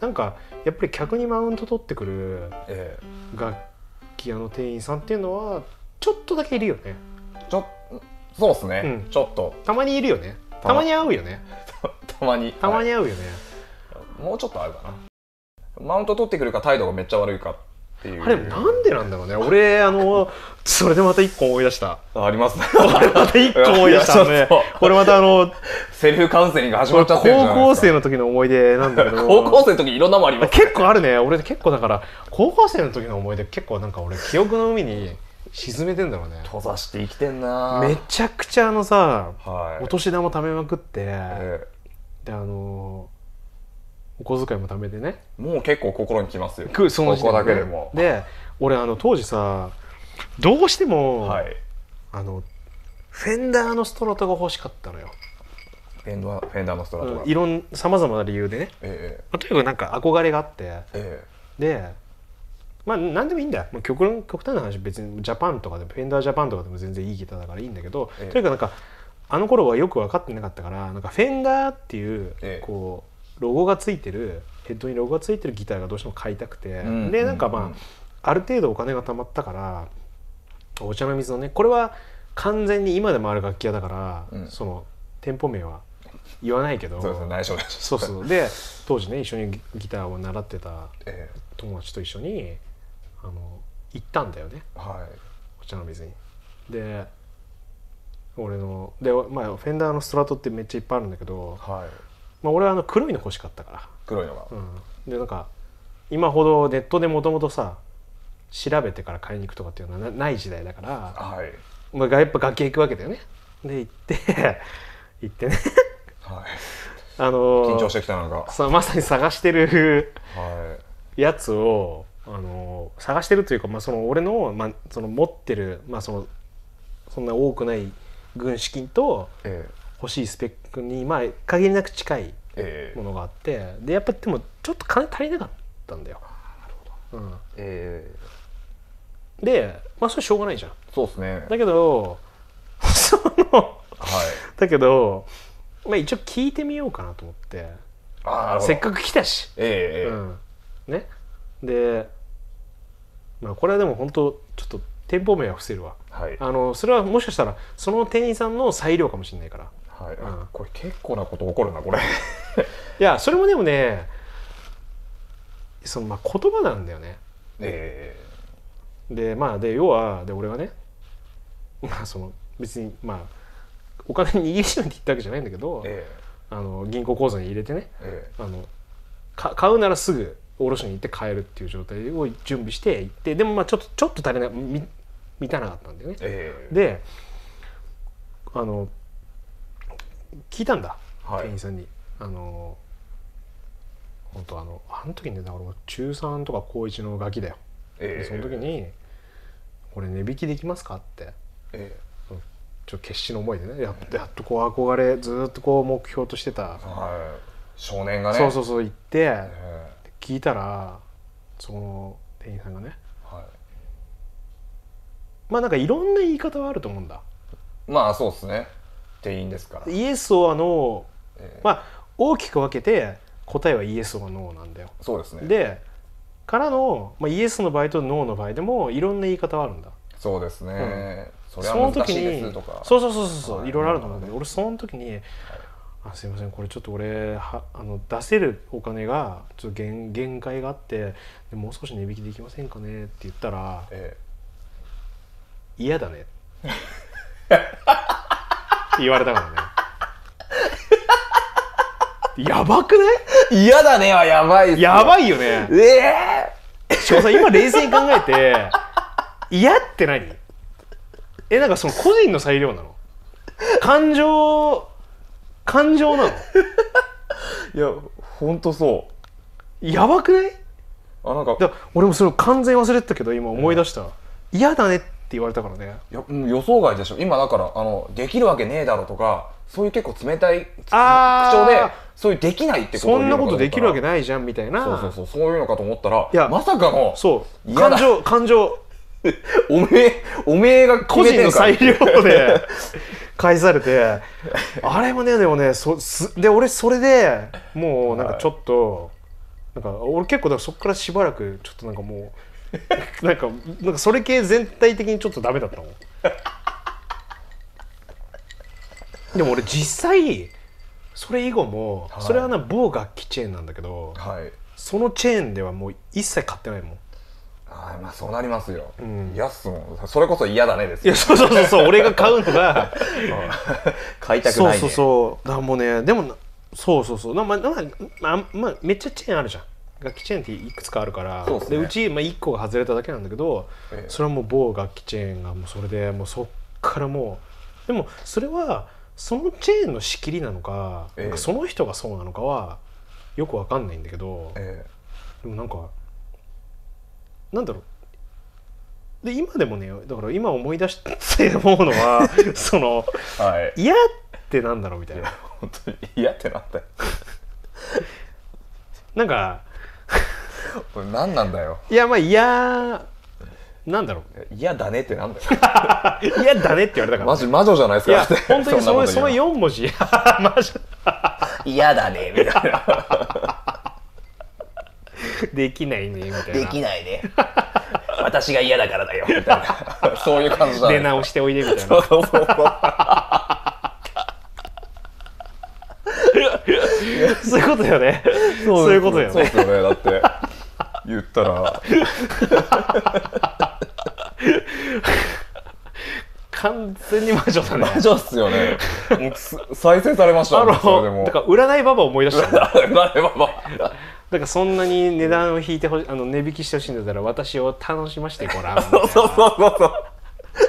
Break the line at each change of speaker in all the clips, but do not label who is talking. なんかやっぱり客にマウント取ってくる
え
楽器屋の店員さんっていうのはちょっとだけいるよね
えちょそうっすね、
うん
ちょっと
たまにいるよね
た
たまに会うよね
たまに
たまに会うよね、
はいもうちょっとあるかなマウント取ってくるか態度がめっちゃ悪いかっていう
あれなんでなんだろうね俺あのそれでまた一個思い出した
ああり ますね
また一個思 い出した
いや
ね
ちょっ
これまたあの
とセルフカウンセリング始ま
高
っちゃってるじゃない
校
です
生
か
の時の思い出なんだけ ど
高校生の時いろんなもんあります
結構あるね俺結構だから高校生の時の思い出結構なんか俺記憶の海に沈めてんだろうね
閉ざして生きてんな
めちゃくちゃあのさ
はい
お年玉貯めまくって、
え
であのお小遣いも貯めてね
えもう結構心にきますよ
くその時点
ここだけでも
で俺あの当時さどうしても、
はい
あのフェンダーのストロトが欲しかったのよ
フェンダーフェンダーのストラトが、
うん
え
いろんさまざまな理由でね
え
まあとにかくなんか憧れがあって
え
でまあ何でもいいんだよ、まあ、極論極端な話別にジャパンとかでもフェンダージャパンとかでも全然いいギターだからいいんだけど、
ええ
とにかくなんかあの頃はよく分かってなかったからなんかフェンダーっていう、
ええ
こうロゴがついてるヘッドにロゴがついてるギターがどうしても買いたくて、
うん
でなんかまあ、
うん
ある程度お金が貯まったからお茶の水のねこれは完全に今でもある楽器屋だから、
うん
その店舗名は言わないけど
えそうですね内緒です
そうそうで当時ね一緒にギターを習ってた
ええ
友達と一緒にあの行ったんだよね
は
お茶の水にで俺ので、まあ、フェンダーのストラトってめっちゃいっぱいあるんだけど
い、はい
まあ、俺はあの黒いの欲しかったか
黒いのが、
ら、うん、でなんか今ほどネットでもともとさ調べてから買いに行くとかっていうのはなない時代だから、
はい
まあ、やっぱ楽器屋行くわけだよねで行って 行ってね
はい
あの
緊張してきたのが
さまさに探してる
は
やつをあの探してるというか、まあ、その俺の,、まあ、その持ってる、まあ、そのそんな多くない軍資金と
いえ
欲しいスペックに、まあ、限りなく近い
ええ
ものがあってでやっぱでもちょっと金足りなかったんだよ。うん、
ええ
で、まあ、それしょうがないじゃん。
そうですね
だけどその
はい
だけど、まあ、一応聞いてみようかなと思って
ああ
せっ
く
かく来たし。
ええええ
うん、ねでまあこれはでも本当ちょっと店舗名は伏せるわ
はい
あのそれはもしかしたらその店員さんの裁量かもしれないから
はい、
うん
これ結構なこと起こるなこれ
いやそれもでもねそのまあ言葉なんだよね
え
でまあで要はで俺がねまあその別にまあお金握りしめて言ったわけじゃないんだけど
ええ
あの銀行口座に入れてね
ええ
あのか買うならすぐ卸しに行って買えるっていう状態を準備して行ってでもまあちょっとちょっと足りないみ満たなかったんだよね
ええ
であの聞いたんだ、
はい
店員さんにあの本当あのあの時ねだから俺中3とか高1のガキだよ、
ええ
でその時に「これ値引きできますか?」って
え
ちょっと決死の思いでねやっやっとこう憧れずーっとこう目標としてた、
えはい少年がね、
そうそううそう行って、
ええ
聞いたらその店員さんがね
は
まあなんかいろんな言い方はあると思うんだ
い、まあそうですね店員ですから、え
イエスをあの
え
まあ大きく分けて答えはイエスをノーなんだよ
そうですね
でからの、まあ、イエスの場合とノーの場合でもいろんな言い方はあるんだ
そうですね、それ
そ
は
の
難
時
しいで
に
すとか
そうそうそうそう、
はい
い、ろいろあると思うんだけど俺その時に「あすいませんこれちょっと俺はあの出せるお金がちょっと限限界があってでもう少し値引きできませんかね」って言ったら
え
「嫌だね」って言われたからねやばくな
え嫌だねはやばいっす
いやばいよね
ええ
しかもさ今冷静に考えて嫌って何えなんかその個人の裁量なの感情感情なの
いやほんとそ
やばくないう
あなんか
だから俺もそれを完全に忘れてたけど今思い出した嫌だねって言われたからね
いやうん予想外でしょ今だからあのできるわけねえだろとかそういう結構冷たい口
あー
調でそういうできないってことを
そ
言
ん
うのか
なこと
思ったら
とできるわけないじゃんみたいな
そうそうそうそういうのかと思ったら
いや
まさかの
そう
嫌だ
感情感情
おめえ、おめえが
個
決めて
人の
んか
裁量で返され てあれもねでもねそすで俺それでもうなんかちょっと、なんか俺結構だからそこからしばらくちょっとなんかも うなんかなんかそれ系全体的にちょっとダメだったもんでも俺実際それ以後も、
はい
それはな某楽器チェーンなんだけど
はい。
そのチェーンではもう一切買ってないもん
あーまあそうなりますよ。
うん
嫌っすもん。それこそ嫌だねです
い
よ
や。そうそうそうそう俺が買うのが
買いたくないね。
そうそうそうだからもうねでもなそうそうそうなまあまあ、まあまあ、めっちゃチェーンあるじゃん楽器チェーンっていくつかあるから
そうっすね
うち、まあ、1個が外れただけなんだけど、
ええ
それはもう某楽器チェーンがもうそれでもうそっからもうでもそれはそのチェーンの仕切りなのか,、
ええ
なんかその人がそうなのかはよくわかんないんだけど、
え
でもなんかなんだろうで今でもねだから今思い出して思う のはその
えはい。
嫌ってなんだろうみたい
い
な
や、本当に嫌ってなったよ。
なんか
これ何なんだよ。
いやまあ嫌なんだろ
嫌だねってなんだ よ。
う嫌だねって言われたから
マジ魔女じゃないです
いや
か。
本当に そのその
よ。
4文字マジ
嫌だね、みたいな。
できないねみたいな
ないね。 私が嫌だからだよ、みたいな。 そういう感じだ
出
ね。
直しておいでみたい
そう
な
そうそう
そういうことよねそういうことよ
そうで
ね
すよね。だって、言ったら、
完全に魔女だね
魔女っすよね。もうす 再生されました
あ
もんそれで
の
も。
だから占いババを思い出した
あれ まあ
だからそんなに値段を引いてほしあの値引きしてほしいんだったら私を楽しましてごらんみたい
そうそ
な
うそうそう。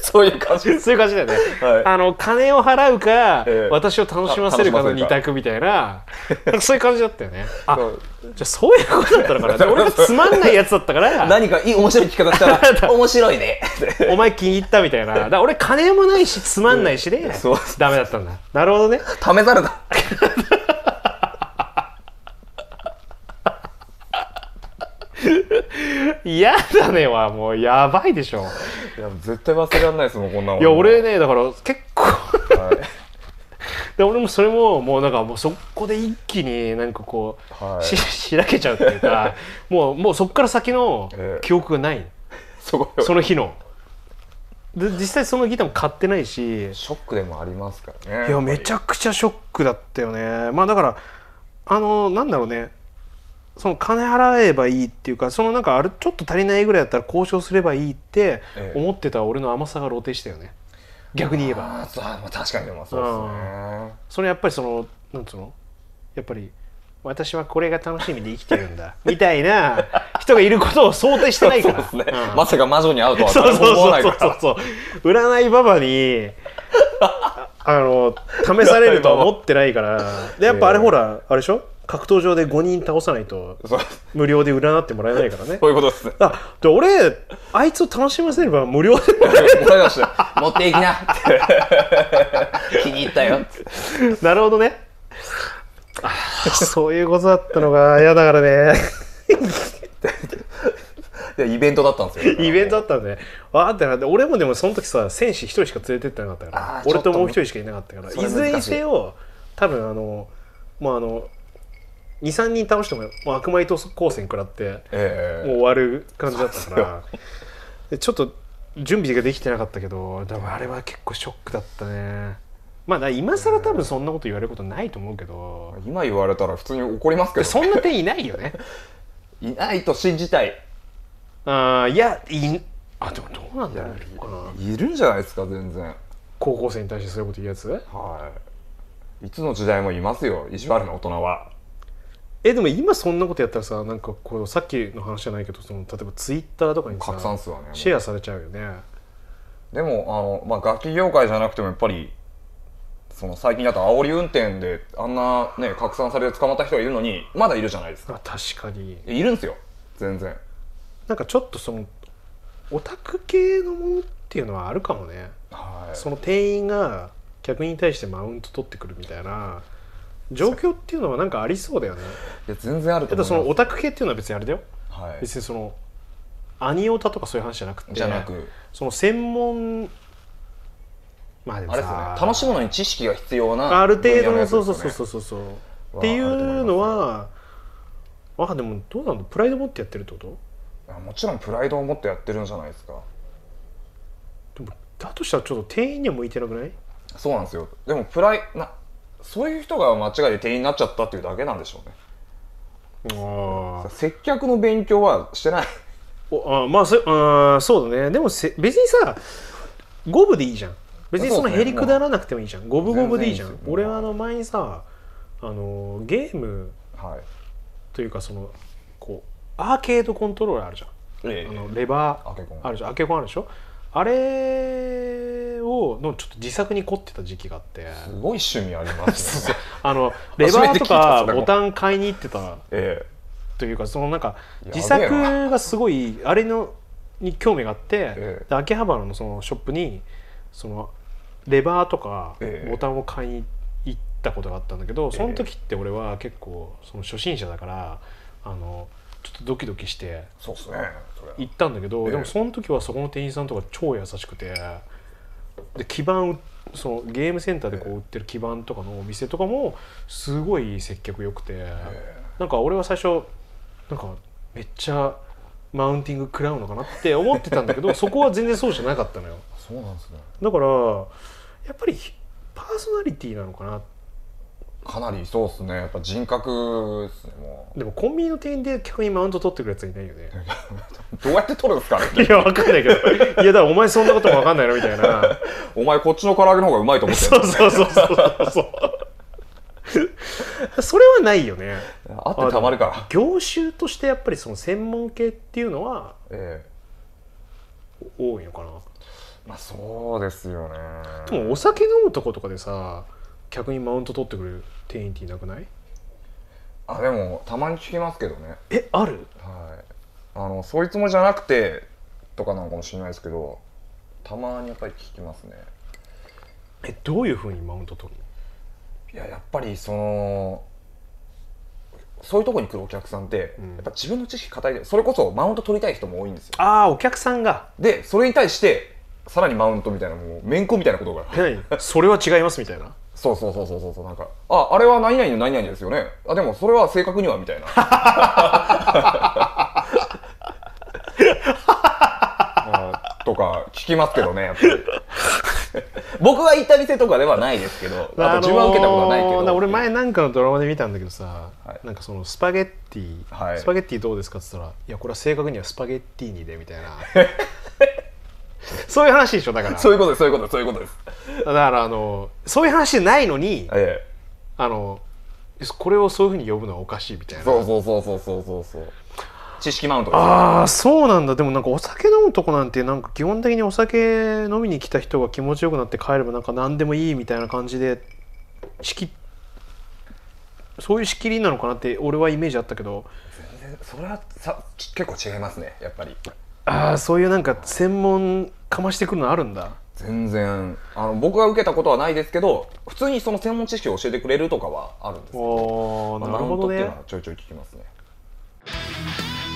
そういう感じです。
そういう感じだよね、
はい
あの金を払うか、
ええ
私を楽しませるかの二択みたいななんかそういう感じだったよねあじゃ
そう
あそういうことだったの かなで俺がつまんないやつだったから
何かいい面白い聞き方した ら、面白いね。
お前気に入ったみたいなだから俺金もないしつまんないしね、
そう
ダメだったんだなるほどね
試された。
嫌だねはもうやばいでしょ
いや、絶対忘れられないですもん、こんなもん。
いや俺ねだから結構
はい。
で俺もそれももうなんかもうそこで一気になんかこう、
はい
ししらけちゃうっていう かもうもうそこから先の
ええ
記憶がない、
そこ
その日ので実際そのギターも買ってないし
ショックでもありますからね。
いやめちゃくちゃショックだったよねまあだからあのなんだろうねその金払えばいいっていうかそのなんかあるちょっと足りないぐらいだったら交渉すればいいって
ええ
思ってた俺の甘さが露呈したよね逆に言えば
あーそうまあ確かにでもそうで
それやっぱりそのなんつうのやっぱり私はこれが楽しみで生きてるんだみたいな人がいることを想定してないから
すね。そうですね
うん。
まさか魔女に会うとは
そう
誰も
そう
思わな
そ
いうか
そ
ら
う。そう占いババにああの試されるとは思ってないからでやっぱあれ
ええ
ほら、あれでしょ格闘場で5人倒さないと
そう
無料で占ってもらえないからね
そういうことですね。
あで俺あいつを楽しませれば無料 で
もらいました。 持っていきなって。気に入ったよ。
なるほどね。あーそういうことだったのが嫌だからね。
でイベントだったんですよ。
イベントだったんで、わーってなって、俺もでもその時さ、戦士一人しか連れてってなかったか
あー
ら、俺
ちょ
と
っと
もう一人しかいなかったから、
それ
い
難し
ず
い
れにせよ、多分あの、まああの、2、3人倒しても、もう悪魔糸光線食らって、
え
もう
え
終わる感じだったから、でちょっと準備ができてなかったけど、でもあれは結構ショックだったね。まあ、だから今更多分そんなこと言われることないと思うけど、
今言われたら普通に怒りますけ
で
ど。
そんな点いないよね。
いないと信じたい。
あーいやいあでもどうなんだろうねこの
いるんじゃないですか、全然。
高校生に対してそういうこと言うやつ
はい。いつの時代もいますよ、意地悪な大人は。
えでも今そんなことやったらさなんかこうさっきの話じゃないけどその例えばツイッターとかにさ
拡散数はね。
シェアされちゃうよね
でもあの、まあ、楽器業界じゃなくてもやっぱりその最近だと煽り運転であんな、ね、拡散されて捕まった人がいるのにまだいるじゃないですか
あ確かに
いるんですよ全然
なんかちょっとそのオタク系のものっていうのはあるかもね
はい
その店員が客に対してマウント取ってくるみたいな状況っていうのはなんかありそうだよね
いや全然あると
ただ
思い
その
ま
オタク系っていうのは別にあれだよ
すはい
別にその兄オタとかそういう話じゃなくて
じゃなく、
その専門まあでも
あれですよ
さ
ね楽しむのに知識が必要な
ある程度
分野
の
やつです
そ
よ
う
ね
そうそうそうそうそうっていうのはあでもどうなんだプライド持ってやってるってこと
あもちろんプライドを持ってやってるんじゃないですか
でもだとしたらちょっと店員には向いてなくない
そうなんですよでもプライなそういう人が間違いで店員になっちゃったっていうだけなんでしょうね
ああ
接客の勉強はしてない
おあまあそあそうだねでもせ別にさ五分でいいじゃん別にそのへりくだらなくてもいいじゃん五分五分でいいじゃん
全然いいですよ
俺はあの前にさあのゲーム
はい
というかそのこうアーケードコントローラーあるじゃん
え
あのレバ
アケコン
ーあるじゃんアケコンあるでしょあれをのちょっと自作に凝ってた時期があって
すごい趣味あり ますね
あのレバーと
初めて聞いたそれ
か
も
ボタン買いに行ってた
え
というかそのなんか
やべえな
自作がすごいあれのに興味があって、
ええ
で秋葉原のそのショップにそのレバーとか
ええ
ボタンを買いに行ったことがあったんだけど、その時って俺は結構その初心者だからあのちょっとドキドキして
そうっすねそれは
行ったんだけど、
ええ
でもその時はそこの店員さんとか超優しくてで基板そのゲームセンターでこう売ってる基板とかのお店とかもすごい接客良くて、
え
なんか俺は最初なんかめっちゃマウンティング食らうのかなって思ってたん だけどそこは全然そうじゃなかったのよ
えそうなんですね
だからやっぱりパーソナリティなのかな
かなりそうっすねやっぱ人格ですねも
でもコンビニの店員で客にマウント取ってくるやつはいないよね
うどうやって取るんですかね
いやわかんないけどいやだからお前そんなこともわかんないのみたいな
お前こっちの唐揚げの方がうまいと思ってる
そうそうそうそうそう。それはないよね。
あってたまるから
業種としてやっぱりその専門系っていうのは
え
多いのかな。
えまあそうですよね
でもお酒飲むとことかでさ、客にマウント取ってくれる店員っていなくない？
あでもたまに聞きますけどね
え、ある？
はいあのそういうつもりじゃなくてとかなのかもしれないですけどたまにやっぱり聞きますね
え、どういう風にマウント取るの？
いややっぱりそのそういうとこに来るお客さんって、
うん
やっぱ自分の知識語りたいそれこそマウント取りたい人も多いんですよ
ああ、お客さんが。
でそれに対してさらにマウントみたいなもう面子みたいなことが
え何それは違いますみたいな。
そうそうそうそうそうそうなんかああれは何々の何々ですよねあでもそれは正確にはみたいな あとか聞きますけどねやっぱり 僕が行った店とかではないですけどあと自分は受けたことはないけ
あのー
ど
俺前なんかのドラマで見たんだけどさ、
はい
なんかそのスパゲッティ、
はい
スパゲッティどうですかって言ったら「いやこれは正確にはスパゲッティにで」みたいな そういう話でしょだか ら
そういうことですそういうことですそういうことです
だからあのそういう話じゃないのに
え
あのこれをそういうふうに呼ぶのはおかしいみた
え
いな
そうそうそうそうそうそうそう知識マウントです
ああそうなんだでもなんかお酒飲むとこなんてなんか基本的にお酒飲みに来た人が気持ちよくなって帰ればなんか何でもいいみたいな感じで仕切そういう仕切りなのかなって俺はイメージあったけど
それはさち結構違いますねやっぱり
ああそういうなんか専門かましてくるのあるんだ
全然あの僕が受けたことはないですけど普通にその専門知識を教えてくれるとかはあるんですけど
おー
まあ
なるほど
マウントっていう
ね
のはちょいちょい聞きますね